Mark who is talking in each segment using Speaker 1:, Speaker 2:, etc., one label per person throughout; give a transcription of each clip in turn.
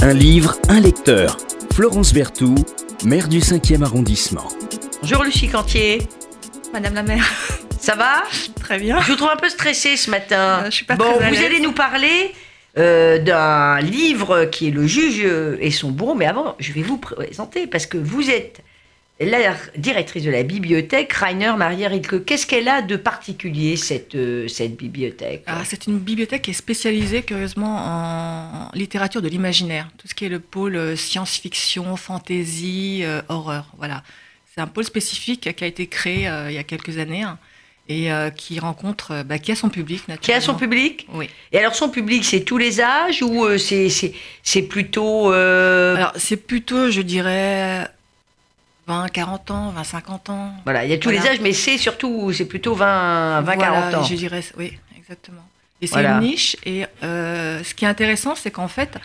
Speaker 1: Un livre, un lecteur. Florence Berthoud, maire du 5e arrondissement.
Speaker 2: Bonjour Lucie Cantier.
Speaker 3: Madame la maire,
Speaker 2: Ça va
Speaker 3: très bien.
Speaker 2: Je vous trouve un peu stressée ce matin.
Speaker 3: Euh, je suis pas
Speaker 2: bon,
Speaker 3: très à
Speaker 2: vous
Speaker 3: l'aise.
Speaker 2: allez nous parler euh, d'un livre qui est Le juge euh, et son bourreau. Mais avant, je vais vous présenter parce que vous êtes la directrice de la bibliothèque Rainer Maria Rilke. Qu'est-ce qu'elle a de particulier cette, euh, cette bibliothèque
Speaker 3: Ah, c'est une bibliothèque qui est spécialisée curieusement en littérature de l'imaginaire, tout ce qui est le pôle euh, science-fiction, fantaisie, euh, horreur. Voilà, c'est un pôle spécifique qui a été créé euh, il y a quelques années hein, et euh, qui rencontre, euh, bah, qui a son public naturellement.
Speaker 2: Qui a son public
Speaker 3: Oui.
Speaker 2: Et alors son public, c'est tous les âges ou euh, c'est c'est- c'est plutôt... euh,
Speaker 3: Alors c'est plutôt, je dirais, 20, 40 ans, 20, 50 ans.
Speaker 2: voilà, il y a tous les
Speaker 3: voilà.
Speaker 2: âges, mais c'est surtout, c'est plutôt 20, 20
Speaker 3: Voilà,
Speaker 2: 40 ans.
Speaker 3: Je dirais, oui, exactement. Et c'est
Speaker 2: Voilà.
Speaker 3: une niche. Et euh, ce qui est intéressant, c'est qu'en fait,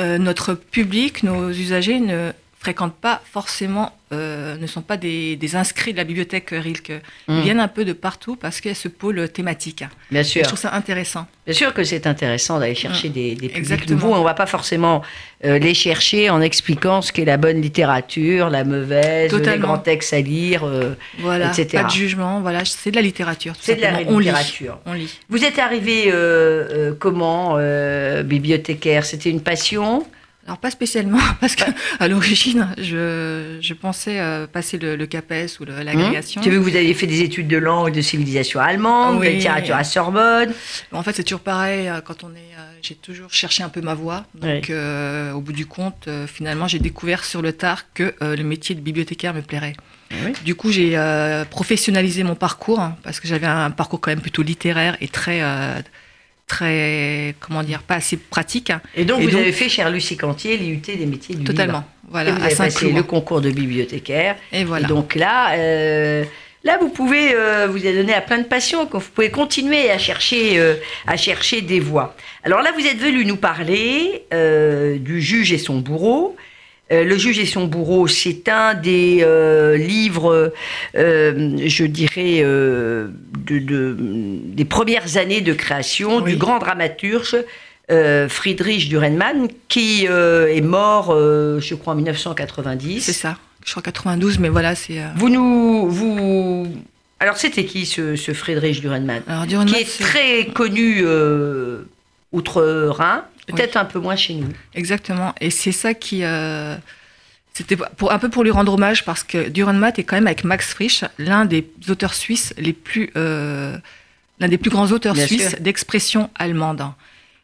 Speaker 3: euh, notre public, nos usagers ne fréquentent pas forcément, euh, ne sont pas des, des inscrits de la bibliothèque Rilke. Ils
Speaker 2: Mm.
Speaker 3: viennent un peu de partout parce qu'il y a ce pôle thématique.
Speaker 2: Bien
Speaker 3: Et
Speaker 2: sûr.
Speaker 3: je trouve ça intéressant.
Speaker 2: Bien sûr que c'est intéressant d'aller chercher des, des publics
Speaker 3: Mm. Exactement.
Speaker 2: nouveaux. On ne va pas forcément euh, les chercher en expliquant ce qu'est la bonne littérature, la mauvaise, euh, les
Speaker 3: Totalement.
Speaker 2: grands textes à lire. euh,
Speaker 3: Voilà,
Speaker 2: Etc.
Speaker 3: pas de jugement. Voilà, c'est de la littérature. tout
Speaker 2: c'est de la
Speaker 3: simplement. On lit.
Speaker 2: littérature.
Speaker 3: On lit.
Speaker 2: Vous êtes arrivé euh, euh, comment, euh, bibliothécaire C'était une passion
Speaker 3: Alors pas spécialement, parce que à l'origine, je, je pensais euh, passer le, le CAPES ou le-
Speaker 2: Hmm.
Speaker 3: l'agrégation.
Speaker 2: Hein? Tu veux que vous aviez fait des études de langue, de civilisation allemande, de
Speaker 3: Oui.
Speaker 2: littérature à Sorbonne.
Speaker 3: En fait, c'est toujours pareil. euh, Quand on est, euh, j'ai toujours cherché un peu ma voie. Donc,
Speaker 2: Ouais.
Speaker 3: euh, au bout du compte, euh, finalement, j'ai découvert sur le tard que euh, le métier de bibliothécaire me plairait.
Speaker 2: oui.
Speaker 3: Du coup, j'ai euh, professionnalisé mon parcours hein, parce que j'avais un parcours quand même plutôt littéraire et très, euh, très, comment dire, pas assez pratique. hein.
Speaker 2: Et donc,
Speaker 3: Et
Speaker 2: vous
Speaker 3: donc-
Speaker 2: avez fait, cher Lucie Cantier, l'IUT des métiers du livre.
Speaker 3: Totalement. Voilà,
Speaker 2: Et vous
Speaker 3: à
Speaker 2: avez passé
Speaker 3: Saint-Cloud.
Speaker 2: le concours de bibliothécaire.
Speaker 3: Et voilà.
Speaker 2: Et donc là, euh, là vous pouvez euh, vous êtes donné à plein de passions, que vous pouvez continuer à chercher, euh, à chercher des voies. Alors là, vous êtes venu nous parler euh, du juge et son bourreau. Euh, le juge et son bourreau, c'est un des euh, livres, euh, je dirais, euh, de, de- des premières années de création
Speaker 3: Oui.
Speaker 2: du grand dramaturge euh, Friedrich Dürrenmann, qui euh, est mort, euh, je crois, en 1990.
Speaker 3: c'est ça. Je crois 92, mais voilà, c'est. euh,
Speaker 2: Vous nous. Vous... Alors, c'était qui ce, ce Friedrich Dürrenmatt
Speaker 3: Alors, durant
Speaker 2: Qui est très connu euh, outre-Rhin, peut-être un peu moins chez nous.
Speaker 3: Exactement. Et c'est ça qui. euh, C'était pour, un peu pour lui rendre hommage parce que Dürrenmatt est quand même avec Max Frisch l'un des auteurs suisses les plus. euh, l'un des plus grands auteurs
Speaker 2: Bien
Speaker 3: suisses
Speaker 2: sûr.
Speaker 3: d'expression allemande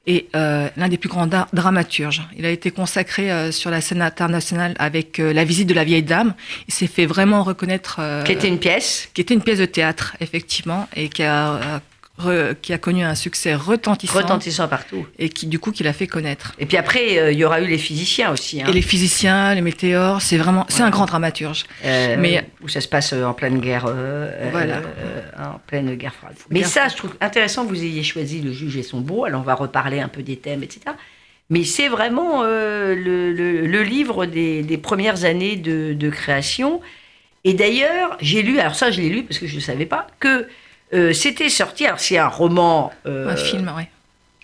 Speaker 3: et euh, l'un des plus grands da- dramaturges. Il a été consacré euh, sur la scène internationale avec euh, La visite de la vieille dame. Il s'est fait vraiment reconnaître. euh,
Speaker 2: Qui était une pièce.
Speaker 3: qui était une pièce de théâtre, effectivement, et qui a, euh, re- qui a connu un succès retentissant
Speaker 2: Retentissant partout.
Speaker 3: et qui, du coup, qu'il a fait connaître.
Speaker 2: Et puis après, euh, il y aura eu les physiciens aussi. hein.
Speaker 3: Et les physiciens, les météores, c'est vraiment, c'est un grand dramaturge.
Speaker 2: Euh,
Speaker 3: mais-
Speaker 2: Où ça se passe euh, en pleine guerre. euh,
Speaker 3: Voilà.
Speaker 2: euh, euh, en pleine guerre froide. Mais
Speaker 3: Guerre
Speaker 2: ça, je trouve intéressant que vous ayez choisi le juge et son beau. Alors, on va reparler un peu des thèmes, etc. Mais c'est vraiment euh, le, le- le livre des, des premières années de, de création. Et d'ailleurs, j'ai lu, alors ça, je l'ai lu parce que je ne savais pas, que euh, c'était sorti. Alors, c'est un roman. euh,
Speaker 3: Un film, oui.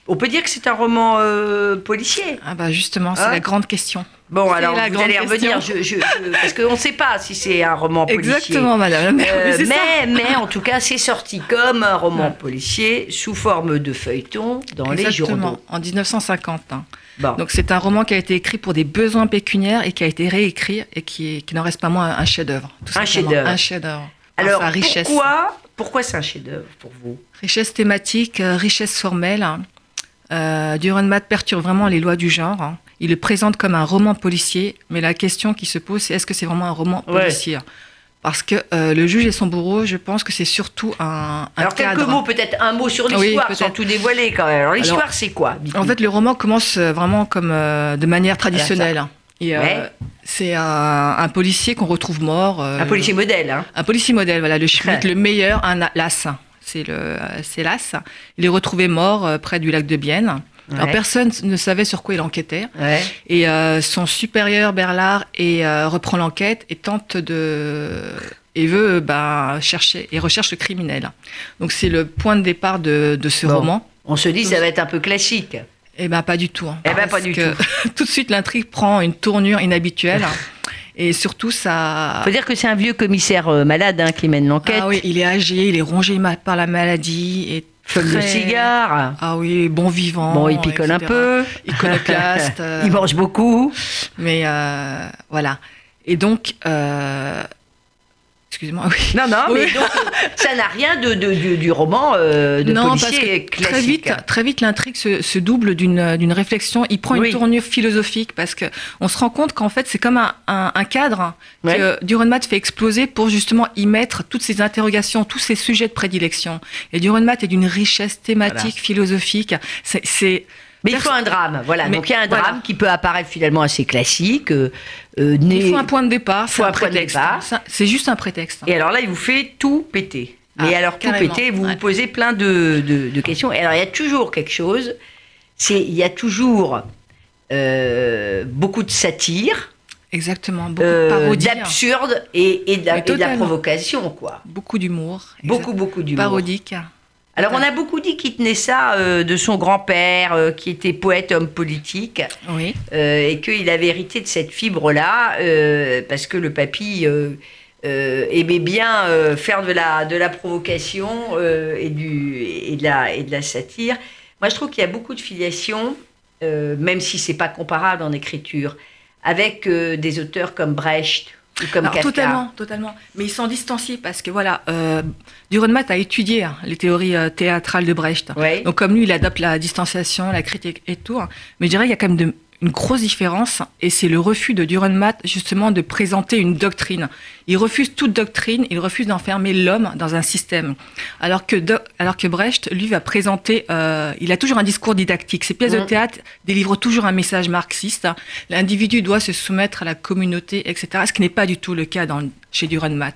Speaker 2: On peut dire que c'est un roman euh, policier.
Speaker 3: Ah bah justement, c'est
Speaker 2: Hein
Speaker 3: la grande question.
Speaker 2: Bon,
Speaker 3: C'est
Speaker 2: alors,
Speaker 3: la
Speaker 2: vous
Speaker 3: grande
Speaker 2: allez revenir,
Speaker 3: question.
Speaker 2: je- je- je- parce qu'on ne sait pas si c'est un roman policier.
Speaker 3: Exactement, madame. la maire,
Speaker 2: Euh,
Speaker 3: oui, c'est ça.
Speaker 2: mais, mais en tout cas, c'est sorti comme un roman policier sous forme de feuilleton dans les
Speaker 3: Exactement,
Speaker 2: journaux.
Speaker 3: en 1950. hein.
Speaker 2: Bon.
Speaker 3: Donc c'est un roman qui a été écrit pour des besoins pécuniaires et qui a été réécrit et qui, est- qui n'en reste pas moins un chef-d'œuvre. tout
Speaker 2: Un
Speaker 3: simplement.
Speaker 2: chef-d'œuvre.
Speaker 3: Un chef-d'œuvre. par
Speaker 2: Alors,
Speaker 3: sa richesse.
Speaker 2: pourquoi, pourquoi c'est un chef-d'œuvre pour vous
Speaker 3: Richesse thématique, euh, richesse formelle. hein. Euh, Dürrenmatt perturbe vraiment les lois du genre. hein. Il le présente comme un roman policier, mais la question qui se pose, c'est est-ce que c'est vraiment un roman
Speaker 2: Ouais.
Speaker 3: policier Parce que euh, le juge et son bourreau, je pense que c'est surtout un, un
Speaker 2: Alors,
Speaker 3: cadre.
Speaker 2: quelques mots, peut-être un mot sur
Speaker 3: Oui,
Speaker 2: l'histoire,
Speaker 3: peut-être.
Speaker 2: sans tout dévoiler quand même. Alors, l'histoire, c'est quoi dites-nous
Speaker 3: En fait, le roman commence euh, vraiment comme euh, de manière traditionnelle. hein. Et, euh,
Speaker 2: Ouais.
Speaker 3: C'est un, un policier qu'on retrouve mort. euh,
Speaker 2: Un policier modèle, hein.
Speaker 3: Un policier modèle, voilà, le Schmitt,
Speaker 2: Très.
Speaker 3: le meilleur, un a- l'as. C'est le, euh, c'est l'as. Il est retrouvé mort euh, près du lac de Bienne. Alors
Speaker 2: Ouais.
Speaker 3: personne ne savait sur quoi il enquêtait.
Speaker 2: Ouais.
Speaker 3: Et euh, son supérieur Berlard et, euh, reprend l'enquête et tente de et veut euh, bah, chercher et recherche le criminel. Donc c'est le point de départ de, de ce
Speaker 2: Bon.
Speaker 3: roman.
Speaker 2: On se dit, ça va être un peu classique.
Speaker 3: Eh ben pas du tout. hein,
Speaker 2: Eh ben,
Speaker 3: parce
Speaker 2: pas du
Speaker 3: que tout de suite, l'intrigue prend une tournure inhabituelle. Et surtout, ça.
Speaker 2: Faut dire que c'est un vieux commissaire euh, malade hein, qui mène l'enquête.
Speaker 3: Ah oui, il est âgé, il est rongé ma- par la maladie. Et
Speaker 2: Fume le
Speaker 3: très-
Speaker 2: cigare.
Speaker 3: Ah oui, bon vivant.
Speaker 2: Bon, il picole un
Speaker 3: etc.
Speaker 2: peu.
Speaker 3: Iconoclaste. euh,
Speaker 2: Il mange beaucoup.
Speaker 3: Mais euh, voilà. Et donc, euh, excusez-moi, oui.
Speaker 2: Non, non, mais
Speaker 3: Oui.
Speaker 2: donc, euh, ça n'a rien de, de- du, du roman euh, de
Speaker 3: non, parce
Speaker 2: policier
Speaker 3: que très
Speaker 2: classique. hein.
Speaker 3: vite, très vite, l'intrigue se, se double d'une d'une réflexion. Il prend
Speaker 2: Oui.
Speaker 3: une tournure philosophique parce que on se rend compte qu'en fait, c'est comme un, un- un cadre hein,
Speaker 2: Ouais.
Speaker 3: que Durenmat fait exploser pour justement y mettre toutes ces interrogations, tous ces sujets de prédilection. Et Durenmat est d'une richesse thématique, philosophique. C'est- C'est
Speaker 2: Mais il faut un drame, voilà.
Speaker 3: Mais
Speaker 2: Donc il y a un
Speaker 3: voilà.
Speaker 2: drame qui peut apparaître finalement assez classique, euh, euh, né.
Speaker 3: il faut un point de départ,
Speaker 2: faut
Speaker 3: c'est
Speaker 2: un
Speaker 3: un,
Speaker 2: point de
Speaker 3: prétexte.
Speaker 2: départ.
Speaker 3: Ça, C'est juste un prétexte.
Speaker 2: Et alors là, il vous fait tout péter.
Speaker 3: Ah,
Speaker 2: Mais alors tout
Speaker 3: carrément,
Speaker 2: péter, vous
Speaker 3: ouais.
Speaker 2: vous posez plein de, de- de questions. Et alors il y a toujours quelque chose. C'est il y a toujours euh, beaucoup de satire,
Speaker 3: Exactement. Beaucoup
Speaker 2: euh,
Speaker 3: de parodies, hein.
Speaker 2: d'absurde et, et de la-
Speaker 3: Mais
Speaker 2: et de la
Speaker 3: totalement.
Speaker 2: provocation, quoi.
Speaker 3: hein. beaucoup d'humour.
Speaker 2: Beaucoup, beaucoup d'humour.
Speaker 3: parodique.
Speaker 2: Alors on a beaucoup dit qu'il tenait ça euh, de son grand-père, euh, qui était poète, homme politique,
Speaker 3: Oui.
Speaker 2: euh, et qu'il avait hérité de cette fibre-là, euh, parce que le papy euh, euh, aimait bien euh, faire de la, de la provocation euh, et, du, et, de la, et de la satire. Moi je trouve qu'il y a beaucoup de filiations, euh, même si c'est pas comparable en écriture, avec euh, des auteurs comme Brecht ou comme
Speaker 3: Alors,
Speaker 2: Kafka.
Speaker 3: totalement, totalement. Mais ils s'en distancient parce que voilà, euh, Durenmat a étudié hein, les théories euh, théâtrales de Brecht.
Speaker 2: Ouais.
Speaker 3: Donc comme lui, il adopte la distanciation, la critique et tout. hein. Mais je dirais qu'il y a quand même de- une grosse différence et c'est le refus de Durenmat justement de présenter une doctrine. Il refuse toute doctrine, il refuse d'enfermer l'homme dans un système. Alors que, Do- alors que Brecht, lui, va présenter, euh, il a toujours un discours didactique. Ses pièces de
Speaker 2: Mhm.
Speaker 3: théâtre délivrent toujours un message marxiste. L'individu doit se soumettre à la communauté, etc. Ce qui n'est pas du tout le cas dans, chez Durenmat.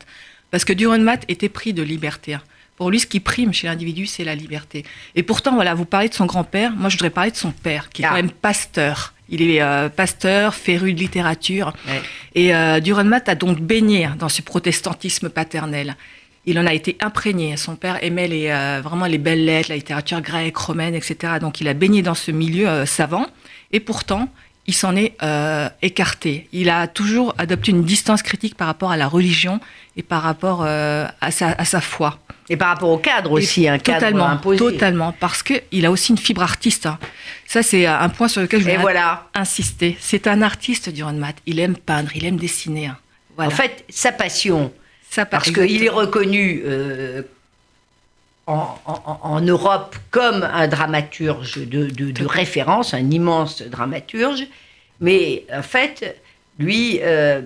Speaker 3: Parce que Durenmat était pris de liberté. hein. Pour lui, ce qui prime chez l'individu, c'est la liberté. Et pourtant, voilà, vous parlez de son grand-père. Moi, je voudrais parler de son père, qui est
Speaker 2: Ah.
Speaker 3: quand même pasteur. Il est euh, pasteur, féru de littérature.
Speaker 2: Ouais.
Speaker 3: Et euh, Durenmat a donc baigné dans ce protestantisme paternel. Il en a été imprégné. Son père aimait les, euh, vraiment les belles lettres, la littérature grecque, romaine, etc. Donc il a baigné dans ce milieu euh, savant. Et pourtant, il s'en est euh, écarté. Il a toujours adopté une distance critique par rapport à la religion et par rapport euh, à, sa, à sa foi.
Speaker 2: Et par rapport au cadre aussi, un cadre
Speaker 3: totalement,
Speaker 2: imposé.
Speaker 3: Totalement, parce qu'il a aussi une fibre artiste. hein. Ça, c'est euh, un point sur lequel je
Speaker 2: Et
Speaker 3: voudrais
Speaker 2: voilà.
Speaker 3: insister. C'est un artiste, Durenmat. Il aime peindre, il aime dessiner. hein. Voilà.
Speaker 2: En fait, sa passion,
Speaker 3: Ça
Speaker 2: parce
Speaker 3: part-
Speaker 2: qu'il est reconnu euh, en, en- en Europe comme un dramaturge de, de- de référence, un immense dramaturge, mais en fait, lui, euh,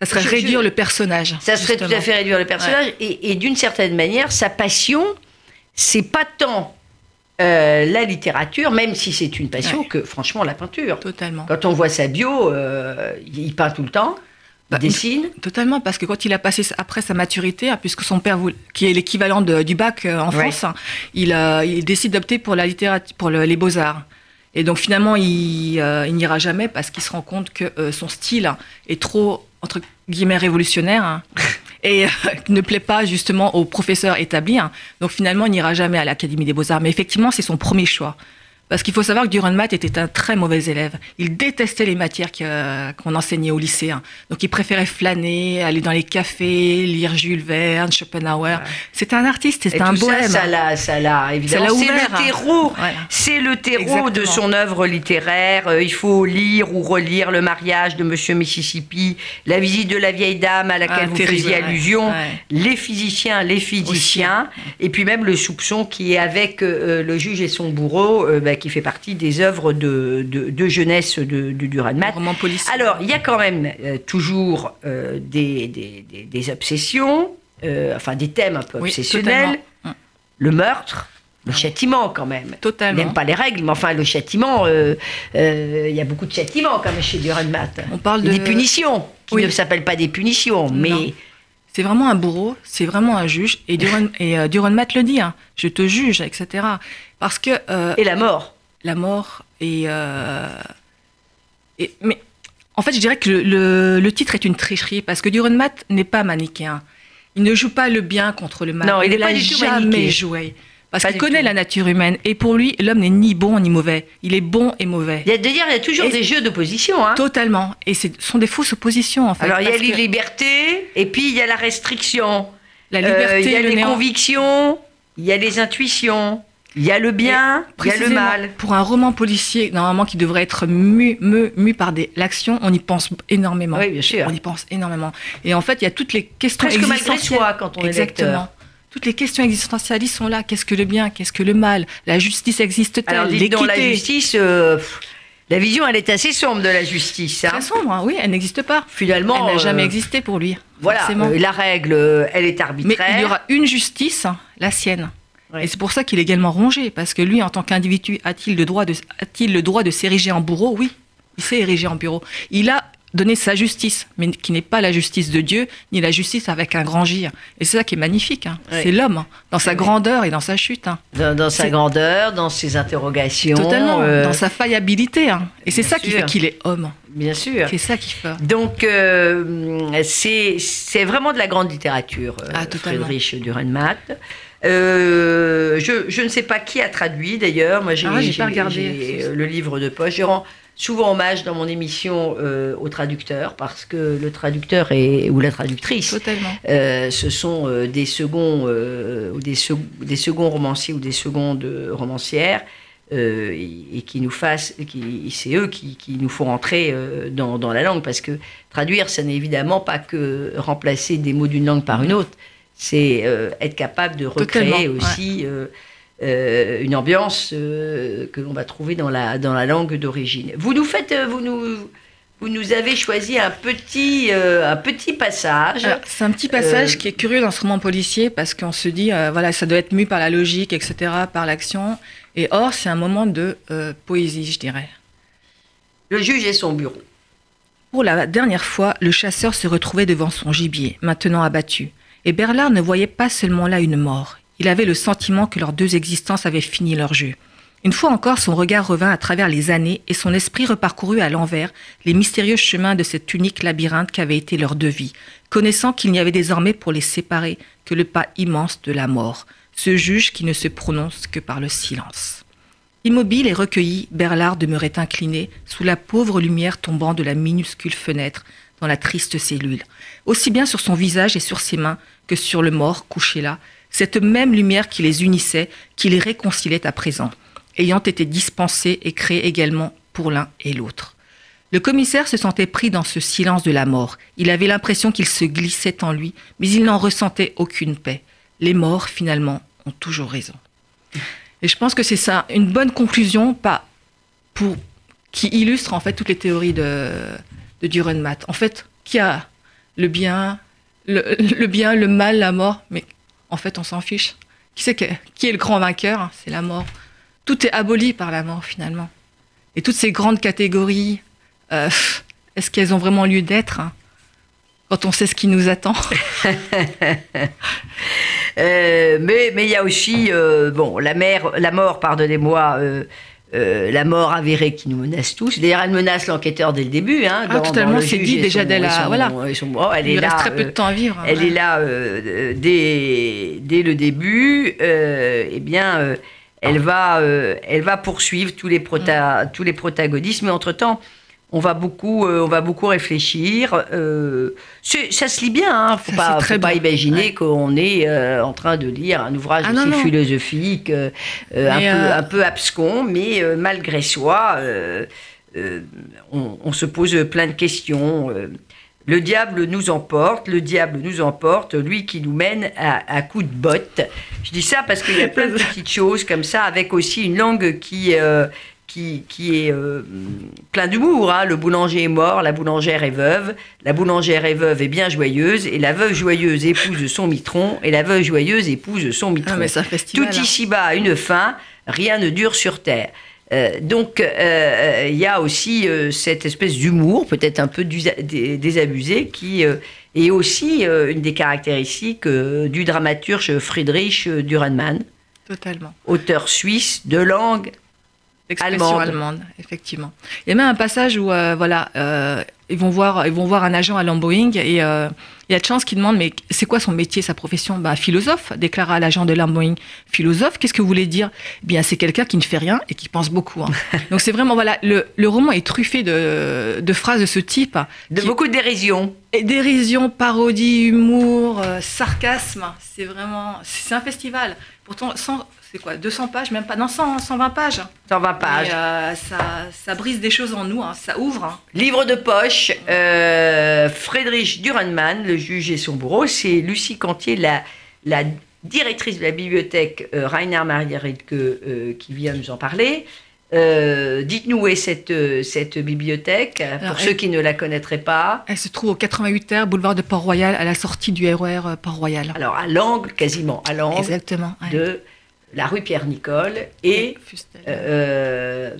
Speaker 3: Ça serait
Speaker 2: je-
Speaker 3: réduire
Speaker 2: je-
Speaker 3: le personnage.
Speaker 2: ça serait tout à
Speaker 3: justement.
Speaker 2: fait réduire le personnage, et, et d'une certaine manière, sa passion, c'est pas tant euh, la littérature, même si c'est une passion,
Speaker 3: Ouais.
Speaker 2: que franchement la peinture.
Speaker 3: Totalement.
Speaker 2: Quand on voit sa bio, euh, il peint tout le temps, il
Speaker 3: Bah, une-
Speaker 2: dessine.
Speaker 3: Totalement, parce que quand il a passé sa- après sa maturité, hein, puisque son père, voulait- qui est l'équivalent de- du bac euh, en
Speaker 2: Ouais.
Speaker 3: France, hein, il, euh, il décide d'opter pour la littérature, pour le- les beaux-arts. Et donc finalement, il, euh, il n'ira jamais parce qu'il se rend compte que euh, son style est trop, entre guillemets, révolutionnaire hein, et euh, ne plaît pas justement aux professeurs établis. hein. Donc finalement, il n'ira jamais à l'Académie des beaux-arts. Mais effectivement, c'est son premier choix. Parce qu'il faut savoir que Durenmat était un très mauvais élève. Il détestait les matières que- euh, qu'on enseignait aux lycéens. Donc il préférait flâner, aller dans les cafés, lire Jules Verne, Schopenhauer. C'était un artiste,
Speaker 2: Et
Speaker 3: c'était un
Speaker 2: tout ça,
Speaker 3: bohème. hein.
Speaker 2: Ça l'a, ça l'a, évidemment.
Speaker 3: Ça l'a
Speaker 2: C'est
Speaker 3: ouvert,
Speaker 2: le
Speaker 3: hein.
Speaker 2: terreau.
Speaker 3: Voilà.
Speaker 2: C'est le terreau
Speaker 3: Exactement.
Speaker 2: de son œuvre littéraire. Euh, Il faut lire ou relire Le mariage de Monsieur Mississippi, La visite de la vieille dame à laquelle
Speaker 3: Ah,
Speaker 2: vous
Speaker 3: terrible,
Speaker 2: faisiez
Speaker 3: ouais.
Speaker 2: allusion,
Speaker 3: Ouais.
Speaker 2: Les physiciens, les physiciens, et puis même Le soupçon qui est avec euh, le juge et son bourreau, euh, bah, qui fait partie des œuvres de, de, de jeunesse de, de Duran-Mat.
Speaker 3: Roman policier.
Speaker 2: Alors, il y a quand même euh, toujours euh, des, des- des- des obsessions, euh, enfin des thèmes un peu
Speaker 3: Oui,
Speaker 2: obsessionnels.
Speaker 3: totalement.
Speaker 2: Le meurtre, le châtiment quand même. Il
Speaker 3: totalement.
Speaker 2: n'aime pas les règles, mais enfin le châtiment, euh, euh, il y a beaucoup de châtiments quand même chez Durenmat.
Speaker 3: On parle
Speaker 2: Et
Speaker 3: de
Speaker 2: Des punitions, qui
Speaker 3: Oui.
Speaker 2: ne s'appellent pas des punitions, mais
Speaker 3: Non. C'est vraiment un bourreau, c'est vraiment un juge. Et Duren, et, euh, Durenmat le dit, hein, je te juge, etc. Parce que euh,
Speaker 2: et la mort.
Speaker 3: la mort et, euh, et- mais en fait je dirais que le, le- le titre est une tricherie parce que Durenmat n'est pas manichéen il ne joue pas le bien contre le mal
Speaker 2: Non, il n'est
Speaker 3: ne
Speaker 2: pas
Speaker 3: l'a
Speaker 2: du tout
Speaker 3: jamais
Speaker 2: manichéen.
Speaker 3: joué Parce
Speaker 2: Pas
Speaker 3: qu'il
Speaker 2: du
Speaker 3: connaît
Speaker 2: tout.
Speaker 3: la nature humaine. Et pour lui, l'homme n'est ni bon ni mauvais. Il est bon et mauvais.
Speaker 2: Il y a, d'ailleurs, il y a toujours
Speaker 3: Et-
Speaker 2: des jeux d'opposition. Hein.
Speaker 3: Totalement. Et ce sont des fausses oppositions, en fait.
Speaker 2: Alors, il y a
Speaker 3: parce
Speaker 2: les
Speaker 3: que
Speaker 2: libertés, et puis il y a la restriction.
Speaker 3: la
Speaker 2: Euh, il
Speaker 3: liberté,
Speaker 2: y a
Speaker 3: le
Speaker 2: les
Speaker 3: néant.
Speaker 2: convictions, il y a les intuitions, il y a le bien, il y a le
Speaker 3: Précisément,
Speaker 2: mal.
Speaker 3: Pour un roman policier, normalement, qui devrait être mu, mu, mu par des l'actions, on y pense énormément.
Speaker 2: Oui, bien sûr.
Speaker 3: On y pense énormément. Et en fait, il y a toutes les questions
Speaker 2: Presque malgré
Speaker 3: existentielles.
Speaker 2: soi quand on est lecteur.
Speaker 3: Exactement. Toutes les questions existentialistes sont là. Qu'est-ce que le bien Qu'est-ce que le mal La justice
Speaker 2: Alors,
Speaker 3: existe-t-elle
Speaker 2: dites donc, la
Speaker 3: L'équité
Speaker 2: justice, euh, pff, la vision, elle est assez sombre de la justice. hein.
Speaker 3: Très sombre, hein, oui, elle n'existe pas.
Speaker 2: Finalement,
Speaker 3: elle n'a jamais
Speaker 2: euh,
Speaker 3: existé pour lui.
Speaker 2: Voilà,
Speaker 3: forcément.
Speaker 2: euh, la règle, euh, elle est
Speaker 3: Mais
Speaker 2: arbitraire.
Speaker 3: il y aura une justice, hein, la sienne.
Speaker 2: Ouais.
Speaker 3: Et c'est pour ça qu'il est également rongé, parce que lui, en tant qu'individu, a-t-il le droit de, a-t-il le droit de s'ériger en bourreau Oui, il s'est érigé en bureau. Il a donné sa justice, mais qui n'est pas la justice de Dieu, ni la justice avec un grand J. hein. Et c'est ça qui est magnifique. hein.
Speaker 2: Ouais.
Speaker 3: C'est l'homme, hein, dans sa
Speaker 2: Ouais.
Speaker 3: grandeur et dans sa chute. hein.
Speaker 2: Dans, dans sa
Speaker 3: C'est-
Speaker 2: grandeur, dans ses interrogations.
Speaker 3: Totalement,
Speaker 2: euh,
Speaker 3: dans sa faillabilité. hein. Et c'est
Speaker 2: bien
Speaker 3: ça qui
Speaker 2: sûr.
Speaker 3: fait qu'il est homme.
Speaker 2: Bien sûr.
Speaker 3: C'est ça qui fait.
Speaker 2: Donc, euh, c'est c'est vraiment de la grande littérature, euh,
Speaker 3: Ah, totalement.
Speaker 2: Friedrich Dürrenmatt. Euh, je, je ne sais pas qui a traduit d'ailleurs. Moi, j'ai
Speaker 3: Ah, j'ai
Speaker 2: j'ai-
Speaker 3: pas regardé.
Speaker 2: j'ai, euh, le livre de poche. Je rends souvent hommage dans mon émission euh, au traducteur parce que le traducteur est, ou la traductrice
Speaker 3: Totalement.
Speaker 2: euh, ce sont euh, des seconds euh, ou des, sec- des seconds romanciers ou des secondes euh, romancières euh, et, et qui nous fassent, et qui, et c'est eux qui, qui nous font rentrer euh, dans, dans la langue parce que traduire, ça n'est évidemment pas que remplacer des mots d'une langue par une autre, c'est euh, être capable de recréer
Speaker 3: Totalement, ouais.
Speaker 2: aussi euh, euh, une ambiance euh, que l'on va trouver dans la, dans la langue d'origine. Vous nous faites, euh, vous nous, vous nous avez choisi un petit, euh, un petit passage.
Speaker 3: Alors, Ah, C'est un petit passage
Speaker 2: Euh,
Speaker 3: qui est curieux dans ce roman policier parce qu'on se dit, euh, voilà, ça doit être mu par la logique, etc., par l'action. Et or, c'est un moment de euh, poésie, je dirais.
Speaker 2: Le juge et son bureau.
Speaker 3: Pour la dernière fois, le chasseur se retrouvait devant son gibier, maintenant abattu. Et Berlard ne voyait pas seulement là une mort. Il avait le sentiment que leurs deux existences avaient fini leur jeu. Une fois encore, son regard revint à travers les années et son esprit reparcourut à l'envers les mystérieux chemins de cet unique labyrinthe qu'avait été leur deux vies, connaissant qu'il n'y avait désormais pour les séparer que le pas immense de la mort, ce juge qui ne se prononce que par le silence. Immobile et recueilli, Berlard demeurait incliné sous la pauvre lumière tombant de la minuscule fenêtre dans la triste cellule, aussi bien sur son visage et sur ses mains que sur le mort couché là, cette même lumière qui les unissait, qui les réconciliait à présent, ayant été dispensée et créée également pour l'un et l'autre. Le commissaire se sentait pris dans ce silence de la mort. Il avait l'impression qu'il se glissait en lui, mais il n'en ressentait aucune paix. Les morts, finalement, ont toujours raison. Et je pense que c'est ça, une bonne conclusion pas pour, qui illustre en fait toutes les théories de, de Dürrenmatt. En fait, qui a le bien, le, le bien, le mal, la mort, mais en fait, on s'en fiche. Qui, c'est que- qui est le grand vainqueur hein, C'est la mort. Tout est aboli par la mort finalement. Et toutes ces grandes catégories, euh, pff, est-ce qu'elles ont vraiment lieu d'être hein, quand on sait ce qui nous attend
Speaker 2: Euh, mais mais il y a aussi euh, bon la mer, la mort, pardonnez-moi. euh, euh, la mort avérée qui nous menace tous. D'ailleurs, elle menace l'enquêteur dès le début. Hein,
Speaker 3: Ah, totalement,
Speaker 2: le
Speaker 3: c'est
Speaker 2: juge
Speaker 3: dit
Speaker 2: et
Speaker 3: déjà
Speaker 2: son-
Speaker 3: dès
Speaker 2: et
Speaker 3: la-
Speaker 2: son-
Speaker 3: voilà.
Speaker 2: et son- oh, elle
Speaker 3: Il
Speaker 2: est
Speaker 3: reste
Speaker 2: là.
Speaker 3: très peu
Speaker 2: euh,
Speaker 3: de temps à vivre. hein,
Speaker 2: Elle
Speaker 3: ouais.
Speaker 2: est là euh, euh, dès, dès le début. euh, eh bien, euh,
Speaker 3: Ah
Speaker 2: elle, va, euh, elle va poursuivre tous les, prota-
Speaker 3: Mm.
Speaker 2: tous les protagonistes. Mais entre-temps, on va beaucoup, euh, on va beaucoup réfléchir. euh, c'est- ça se lit bien. hein, faut
Speaker 3: Ça,
Speaker 2: pas,
Speaker 3: c'est très
Speaker 2: faut pas
Speaker 3: bien,
Speaker 2: imaginer
Speaker 3: ouais.
Speaker 2: qu'on est euh, en train de lire un ouvrage
Speaker 3: Ah,
Speaker 2: aussi
Speaker 3: non, non.
Speaker 2: philosophique, euh, euh, un,
Speaker 3: Mais,
Speaker 2: peu,
Speaker 3: euh,
Speaker 2: un peu abscon, mais euh, malgré soi, euh, euh, on, on se pose plein de questions. euh, le diable nous emporte, le diable nous emporte, lui qui nous mène à, à coups de botte. Je dis ça parce qu'il y a plein de petites choses comme ça, avec aussi une langue qui, euh, qui, qui est euh, plein d'humour. hein. Le boulanger est mort, la boulangère est veuve, la boulangère est veuve et bien joyeuse, et la veuve joyeuse épouse son mitron, et la veuve joyeuse épouse son mitron.
Speaker 3: Ah, mais c'est un festival.
Speaker 2: Tout
Speaker 3: hein.
Speaker 2: ici-bas a une fin, rien ne dure sur terre. Euh, donc, euh, euh, il y a aussi euh, cette espèce d'humour, peut-être un peu dusa- dé- désabusé, qui euh, est aussi euh, une des caractéristiques euh, du dramaturge Friedrich Dürrenmann,
Speaker 3: Totalement.
Speaker 2: auteur suisse de langue.
Speaker 3: L'expression
Speaker 2: Allemande.
Speaker 3: allemande. effectivement. Il y a même un passage où, euh, voilà, euh, ils vont voir, ils vont voir un agent à Lamboing et euh, il y a de chances qu'ils demandent mais c'est quoi son métier, sa profession Bah philosophe, déclara l'agent de Lamboing. Philosophe, qu'est-ce que vous voulez dire eh Bien c'est quelqu'un qui ne fait rien et qui pense beaucoup. hein. Donc c'est vraiment voilà, le, le roman est truffé de, de phrases de ce type, hein,
Speaker 2: De
Speaker 3: qui-
Speaker 2: beaucoup de dérision.
Speaker 3: et dérision, parodie, humour, euh, sarcasme. C'est vraiment, c'est un festival. Pourtant 100, c'est quoi 200 pages, même pas, non 100, 120 pages.
Speaker 2: T'en vas pas.
Speaker 3: Mais, euh, ça, ça brise des choses en nous, hein, ça ouvre. hein.
Speaker 2: Livre de poche, euh, Friedrich Dürrenmann, le juge et son bourreau. C'est Lucie Cantier, la, la directrice de la bibliothèque euh, Rainer Maria Rilke, euh, qui vient nous en parler. Euh, Dites-nous où est cette, euh, cette bibliothèque,
Speaker 3: Alors,
Speaker 2: pour
Speaker 3: elle-
Speaker 2: ceux qui ne la connaîtraient pas.
Speaker 3: Elle se trouve au 88 R, boulevard de Port-Royal, à la sortie du RER euh, Port-Royal.
Speaker 2: Alors, à l'angle, quasiment, à l'angle
Speaker 3: Exactement. ouais.
Speaker 2: de la rue Pierre-Nicole et
Speaker 3: Fustel.
Speaker 2: euh,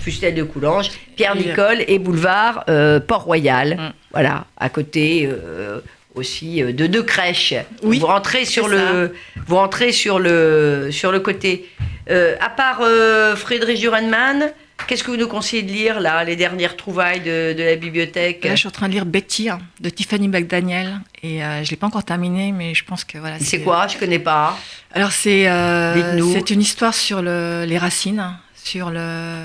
Speaker 2: Fustel de Coulanges,
Speaker 3: Et-
Speaker 2: Pierre-Nicole et boulevard euh, Port-Royal.
Speaker 3: Mm.
Speaker 2: Voilà, à côté euh, aussi euh, de deux crèches.
Speaker 3: Oui,
Speaker 2: vous rentrez sur
Speaker 3: c'est
Speaker 2: le, vous rentrez sur le, sur le côté. Euh, à part euh, Friedrich Dürrenmann, qu'est-ce que vous nous conseillez de lire là, les dernières trouvailles de, de la bibliothèque
Speaker 3: Là, je suis en train de lire Betty hein, de Tiffany McDaniel et euh, je l'ai pas encore terminé, mais je pense que voilà.
Speaker 2: C'est quoi Je connais pas.
Speaker 3: Alors c'est euh,
Speaker 2: Dites-nous.
Speaker 3: c'est une histoire sur le- les racines, hein, sur le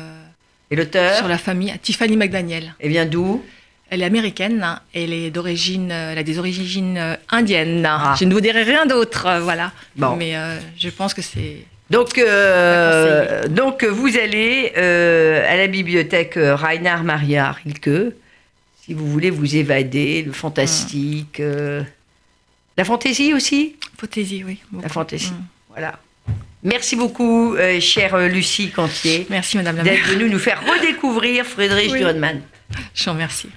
Speaker 2: Et l'auteur
Speaker 3: sur la famille Tiffany McDaniel.
Speaker 2: Eh bien d'où
Speaker 3: Elle est américaine, hein, elle est d'origine, euh, elle a des origines euh, indiennes.
Speaker 2: Ah.
Speaker 3: Je ne vous dirai rien d'autre, euh, voilà.
Speaker 2: Bon.
Speaker 3: Mais euh, je pense que c'est
Speaker 2: Donc, euh, donc vous allez euh, à la bibliothèque euh, Reinhard Maria Rilke, si vous voulez vous évader, le fantastique,
Speaker 3: Ah.
Speaker 2: euh, la fantaisie aussi,
Speaker 3: fantaisie, oui. beaucoup.
Speaker 2: la fantaisie.
Speaker 3: Mm.
Speaker 2: Voilà. Merci beaucoup, euh, chère euh, Lucie Cantier,
Speaker 3: Merci Madame la Maire.
Speaker 2: d'être venue nous faire redécouvrir Friedrich
Speaker 3: Oui.
Speaker 2: Dürrenmann.
Speaker 3: Je vous remercie.